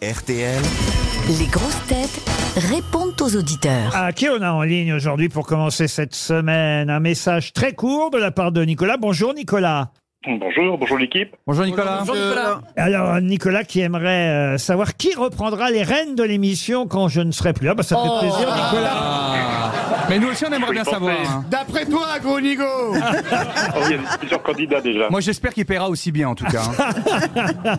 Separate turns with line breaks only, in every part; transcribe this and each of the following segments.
RTL.
Les grosses têtes répondent aux auditeurs.
À Ah, qui on a en ligne aujourd'hui pour commencer cette semaine Un message très court de la part de Nicolas. Bonjour Nicolas.
Bonjour, bonjour l'équipe.
Bonjour Nicolas.
Euh,
Alors Nicolas qui aimerait euh, savoir qui reprendra les rênes de l'émission quand je ne serai plus là. Bah, ça
Oh.
fait plaisir Nicolas.
Mais nous aussi on aimerait
Oui,
bien
bon,
savoir.
mais-
hein.
D'après toi, gros nigo
Oh, il y a plusieurs candidats déjà.
Moi j'espère qu'il paiera aussi bien en tout cas. hein.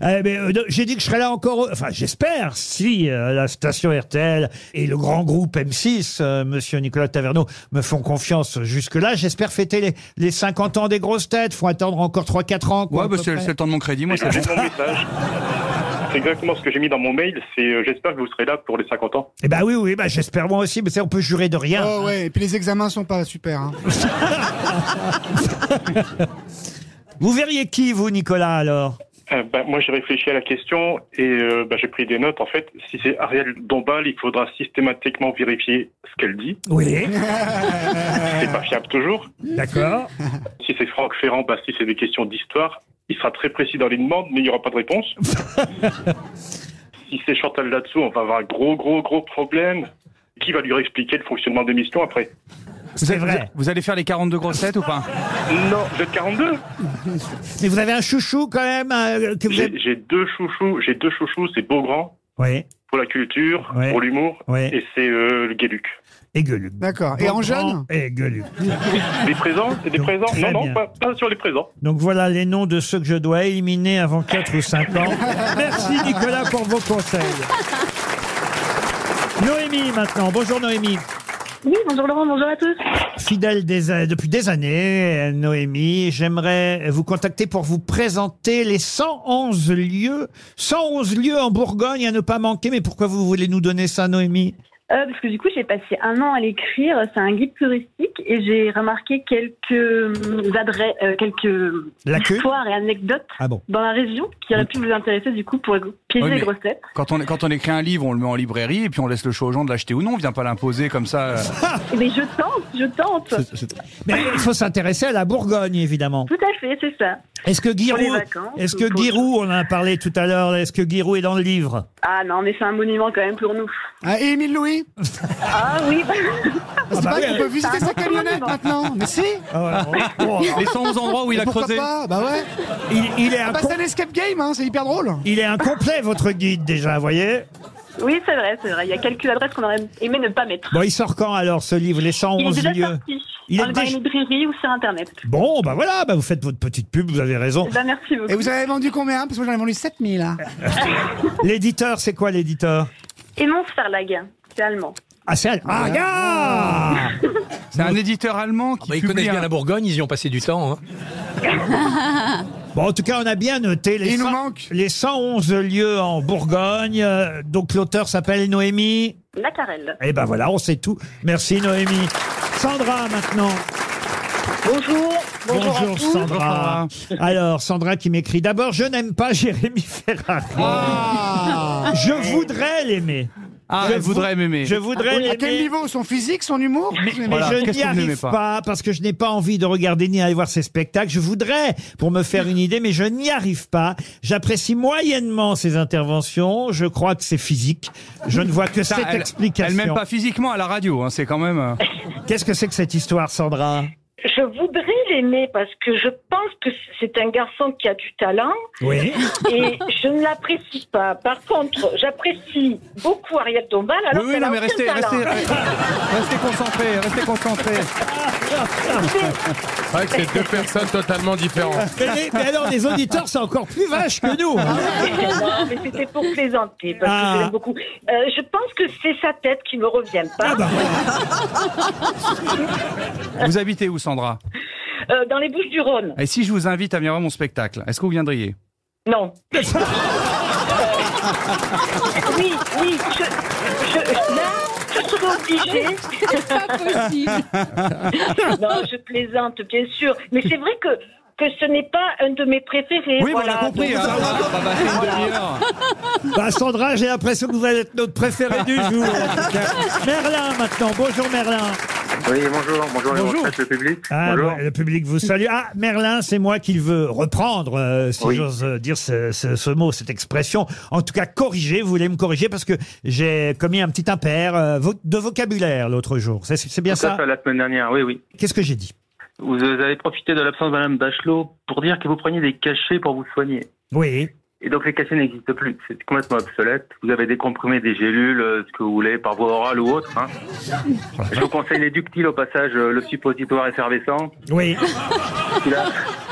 Eh, mais, euh, J'ai dit que je serai là encore, enfin j'espère, si euh, la station RTL et le grand groupe M6, euh, monsieur Nicolas Taverneau, me font confiance jusque-là. J'espère fêter les, les 50 ans des grosses têtes. Faut attendre encore 3-4 ans. quoi,
Ouais,
à
bah,
peu
c'est
près.
c'est le temps de mon crédit, moi c'est bon.
C'est mon message. C'est exactement ce que j'ai mis dans mon mail. C'est euh, j'espère que vous serez là pour les 50 ans.
Eh ben oui, oui, bah, j'espère moi aussi, mais ça, on peut jurer de rien.
Oh ouais, et puis les examens sont pas super. hein.
Vous verriez qui, vous, Nicolas, alors
Euh, ben, moi, j'ai réfléchi à la question et euh, ben, j'ai pris des notes. En fait, si c'est Ariel Dombal, il faudra systématiquement vérifier ce qu'elle dit.
Oui.
C'est pas fiable toujours.
D'accord.
Si c'est Franck Ferrand, ben, si c'est des questions d'histoire, il sera très précis dans les demandes, mais il n'y aura pas de réponse. si c'est Chantal là-dessous, on va avoir un gros, gros, gros problème. Qui va lui réexpliquer le fonctionnement des missions après
Vous,
C'est
êtes-
vrai.
vous allez faire les 42 grossettes ou pas
Non, vous êtes 42
Mais vous avez un chouchou, quand même, euh, que vous êtes...
J'ai j'ai deux chouchous, j'ai deux chouchous, c'est Beaugrand
Oui,
pour la culture,
Ouais.
pour l'humour,
Ouais.
et c'est euh, le Guéluc.
et Gueuluc.
D'accord. Et en jeune
Et Gueuluc.
Les présents, c'est des
Donc,
présents
très
Non,
bien.
non, pas, pas sur les présents.
Donc voilà les noms de ceux que je dois éliminer avant 4 ou 5 ans. Merci Nicolas pour vos conseils. Noémie maintenant. Bonjour Noémie.
Oui, bonjour Laurent, bonjour à tous.
Fidèle des, a- depuis des années, euh, Noémie, j'aimerais vous contacter pour vous présenter les 111 lieux, 111 lieux en Bourgogne à ne pas manquer. Mais pourquoi vous voulez nous donner ça, Noémie
Euh, parce que du coup, j'ai passé un an à l'écrire. C'est un guide touristique et j'ai remarqué quelques euh, adresses, euh, quelques
Lacune
histoires et anecdotes
Ah bon
dans la région qui auraient pu vous intéresser du coup pour piéger
Oui, mais-
les grosses têtes.
quand on, quand on écrit un livre, on le met en librairie et puis on laisse le choix aux gens de l'acheter ou non. On vient pas l'imposer comme ça. euh.
Mais je tente, je tente.
Mais il faut s'intéresser à la Bourgogne, évidemment.
Tout à fait, c'est ça.
Est-ce que
Pour les
Giroud,
vacances,
est-ce que
pour-
Giroud, on en a parlé tout à l'heure, est-ce que Giroud est dans le livre
Ah non, mais c'est un monument quand même pour nous.
Ah, et Émile Louis
Ah oui.
C'est
bah
pas
oui,
qu'on peut visiter sa camionnette
Absolument.
maintenant Mais si
Ah
Les 111 endroits où il a
Pourquoi
creusé.
pas Bah ouais
oh, il, il est
Ah bah c'est
incom-
un escape game, hein, c'est hyper drôle
il est incomplet, votre guide, déjà, vous voyez
Oui, c'est vrai, c'est vrai. Il y a quelques adresses qu'on aurait aimé ne pas mettre.
Bon, il sort quand alors ce livre, Les
Il est
111
déjà
lieux
sorti
Il est
dans
déjà-
les librairies ou sur Internet.
Bon, bah voilà, bah vous faites votre petite pub, vous avez raison.
Eh ben, merci beaucoup.
Et vous avez vendu combien Parce que j'en ai vendu 7000. hein.
L'éditeur, c'est quoi l'éditeur
Et non, Starlag, c'est allemand.
Ah, c'est Al- Ah, gars
C'est un éditeur allemand
Ah
qui
Bah, ils
publie
connaissent bien
un-
la Bourgogne, ils y ont passé du temps. hein.
Bon, en tout cas, on a bien noté les,
Il nous
100
manque.
les 111 lieux en Bourgogne. Euh, Donc l'auteur s'appelle Noémie.
La Carelle.
Eh ben voilà, on sait tout. Merci Noémie. Sandra maintenant.
Bonjour.
Sandra. Alors Sandra qui m'écrit d'abord je n'aime pas Jérémy Ferrari. Je voudrais l'aimer.
Ah,
Je
elle voudrait m'aimer.
Je voudrais
Ah, À quel
l'aimer.
niveau Son physique, son humour
Mais
Voilà.
je
Qu'est-ce
n'y
que vous n'aimez
arrive pas.
pas
parce que je n'ai pas envie de regarder ni aller voir ses spectacles. Je voudrais pour me faire une idée, mais je n'y arrive pas. J'apprécie moyennement ses interventions. Je crois que c'est physique. Je ne vois que
Ça,
cette
elle,
explication.
elle m'aime pas physiquement à la radio, hein, c'est quand même. euh,
Qu'est-ce que c'est que cette histoire, Sandra
Je voudrais l'aimer parce que je pense que c'est un garçon qui a du talent
Oui.
et je ne l'apprécie pas. Par contre, j'apprécie beaucoup Ariel Dombal alors
Oui, oui,
qu'elle
non,
a
mais
aucun
restez,
talent.
restez, restez concentrés, restez concentrés.
C'est vrai que c'est deux personnes totalement différentes.
Mais, les- mais alors, les auditeurs, c'est encore plus vache que nous. hein.
Non, mais c'était pour plaisanter parce
Ah.
que je l'aime beaucoup. Euh, je pense que c'est sa tête qui me revient
Ah
pas.
bah. Vous habitez où, Sandra
Euh, dans les Bouches du Rhône,
Et si je vous invite à venir voir mon spectacle, est-ce que vous viendriez
non. Euh, oui, oui, je, je, là, je serais obligée. Non, je plaisante, bien sûr. Mais c'est vrai que, que ce n'est pas un de mes préférés.
Oui,
voilà.
on a compris.
Donc,
hein. On va passer une demi-heure.
Bah, Sandra, j'ai l'impression que vous allez être notre préféré du jour. en tout cas. Merlin maintenant. Bonjour Merlin.
Oui, bonjour, bonjour, les
Bonjour.
retraites, le public.
Ah,
bonjour.
bon, le public vous salue. Ah, Merlin, c'est moi qu'il veut reprendre, euh, si
Oui.
j'ose dire ce, ce- ce mot, cette expression. En tout cas, corriger, vous voulez me corriger parce que j'ai commis un petit impair euh, vo- de vocabulaire l'autre jour. C'est- C'est bien
Tout à
ça
fait, la semaine dernière, oui, oui.
Qu'est-ce que j'ai dit
Vous avez profité de l'absence de Madame Bachelot pour dire que vous preniez des cachets pour vous soigner.
Oui.
Et donc les cachets n'existent plus, c'est complètement obsolète. Vous avez des comprimés, des gélules, euh, ce que vous voulez, par voie orale ou autre. hein. Je vous conseille les ductiles au passage, euh, le suppositoire effervescent.
Oui.
Il, a,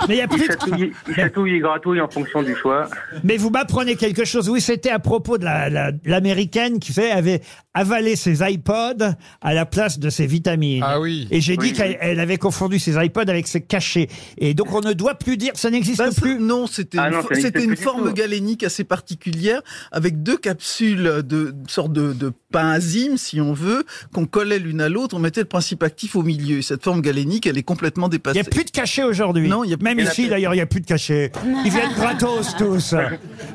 Mais il y a
il
plus de-
chatouille, il chatouille, il gratouille en fonction du choix.
Mais vous m'apprenez quelque chose. Oui, c'était à propos de la- la- l'américaine qui fait, avait avalé ses iPods à la place de ses vitamines.
Ah oui.
Et j'ai
Oui,
dit qu'elle
oui.
elle avait confondu ses iPods avec ses cachets. Et donc on ne doit plus dire, ça n'existe
Bah, ça-
plus.
non, c'était
Ah
une,
non,
fo-
ça n'existe
c'était une
plus du
forme
tout.
galénique assez particulière, avec deux capsules de une sorte de, de pain azime, si on veut, qu'on collait l'une à l'autre, on mettait le principe actif au milieu. Et cette forme galénique, elle est complètement
Il n'y
dépassée.
a plus de cachets aujourd'hui.
Non, il y a plus-
Même
il y en a
ici,
plus.
d'ailleurs, il n'y a plus de cachets. Ils viennent gratos, tous.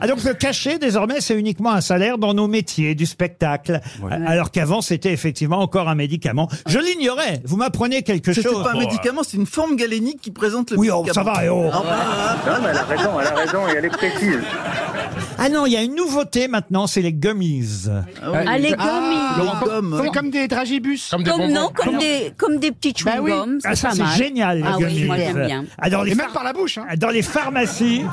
Ah, donc, le cachet, désormais, c'est uniquement un salaire dans nos métiers du spectacle. A- Alors qu'avant, c'était effectivement encore un médicament. Je l'ignorais. Vous m'apprenez quelque
C'était
chose.
pas un médicament, c'est une forme galénique qui présente le
Oui, oh,
médicament.
ça va. eh, oh.
Ah, bah,
Non, mais elle a raison, elle a raison et elle est précise.
Ah non, il y a une nouveauté maintenant, c'est les gummies.
ah, oui.
Ah,
Allez,
Les
gommes.
Ah,
gommes.
C'est comme des dragibus.
Comme des
Comme, non,
bonbons.
comme des, comme des petits
Bah oui.
chewing-gums,
Ah,
c'est
ça,
pas mal.
c'est génial, les
Ah oui,
gummies.
moi j'aime bien.
Ah, dans les
Et même
phar-
par la bouche. hein.
dans les pharmacies.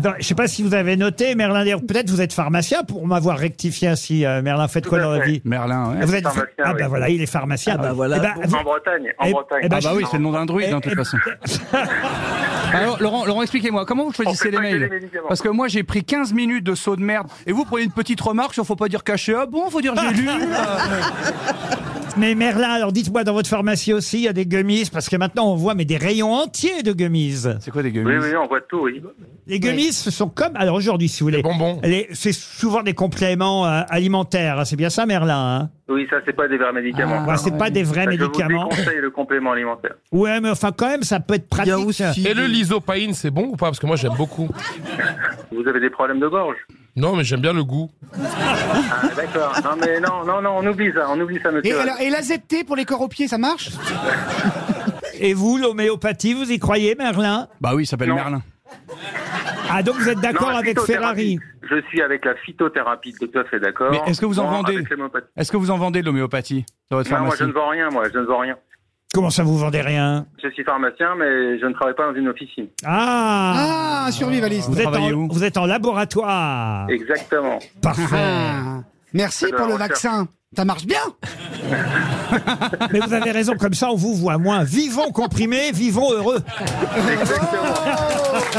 Dans, je sais pas si vous avez noté, Merlin, d'ailleurs, peut-être vous êtes pharmacien pour m'avoir rectifié ainsi. euh, Merlin, faites
Tout
quoi
à
dans la
fait.
vie
Merlin, ouais.
Vous êtes
Pharmacien,
Ah
oui.
bah voilà, il est pharmacien.
Ah bah voilà.
Eh ben, vous-
En Bretagne, en
Eh-
Bretagne.
eh ben,
Ah bah oui,
je-
c'est le nom d'un druide, hein, de
Eh,
toute
eh,
façon. Ah, Alors, Laurent, Laurent expliquez-moi, comment vous
On fait
choisissez les
pas que les
mails
médicaments.
Parce que moi, j'ai pris 15 minutes de saut de merde, et vous prenez une petite remarque sur faut pas dire caché. Ah bon, faut dire j'ai lu. euh.
Mais Merlin, alors dites-moi, dans votre pharmacie aussi, il y a des gummies, parce que maintenant on voit mais des rayons entiers de gummies.
C'est quoi des
Oui,
gummies
oui, on voit tout, oui.
Les gummies, ce sont comme, alors aujourd'hui, si vous voulez,
Des bonbons.
les- c'est souvent des compléments euh, alimentaires, hein, c'est bien ça, Merlin hein
Oui, ça, c'est pas des vrais médicaments.
Voilà, C'est pas des vrais
Ça, Bah, je vous
Ah, médicaments.
déconseille le complément alimentaire.
Ouais, mais enfin quand même, ça peut être
Il y
pratique.
a aussi.
Et le lysopaïne, c'est bon ou pas Parce que moi, j'aime beaucoup.
Vous avez des problèmes de gorge
Non, mais j'aime bien le goût.
Ah, d'accord. Non, mais non, non, non, on oublie ça, on oublie ça,
Et,
monsieur.
alors, et l'AZT pour les corps aux pieds, ça marche
Et vous, l'homéopathie, vous y croyez, Merlin
Bah oui, il s'appelle
Non.
Merlin.
Ah, donc vous êtes
Non,
d'accord
la
avec Ferrari
phytothérapie. Je suis avec la phytothérapie, tout à fait d'accord.
Mais est-ce que vous en
Bon,
vendez
avec l'homéopathie.
Est-ce que vous en vendez de l'homéopathie dans votre
Non, moi,
pharmacie
je ne vends rien, moi, je ne vends rien.
Comment ça, vous vendez rien
Je suis pharmacien, mais je ne travaille pas dans une officine.
Ah,
Ah, un survivaliste.
vous, êtes
travaillez
en,
où
vous êtes en laboratoire.
Exactement.
Parfait.
Ah. Merci
C'est de
pour
la
le
recherche.
vaccin. Ça marche bien.
Mais vous avez raison, comme ça on vous voit moins. Vivons comprimés, vivons heureux.
Exactement.
Oh.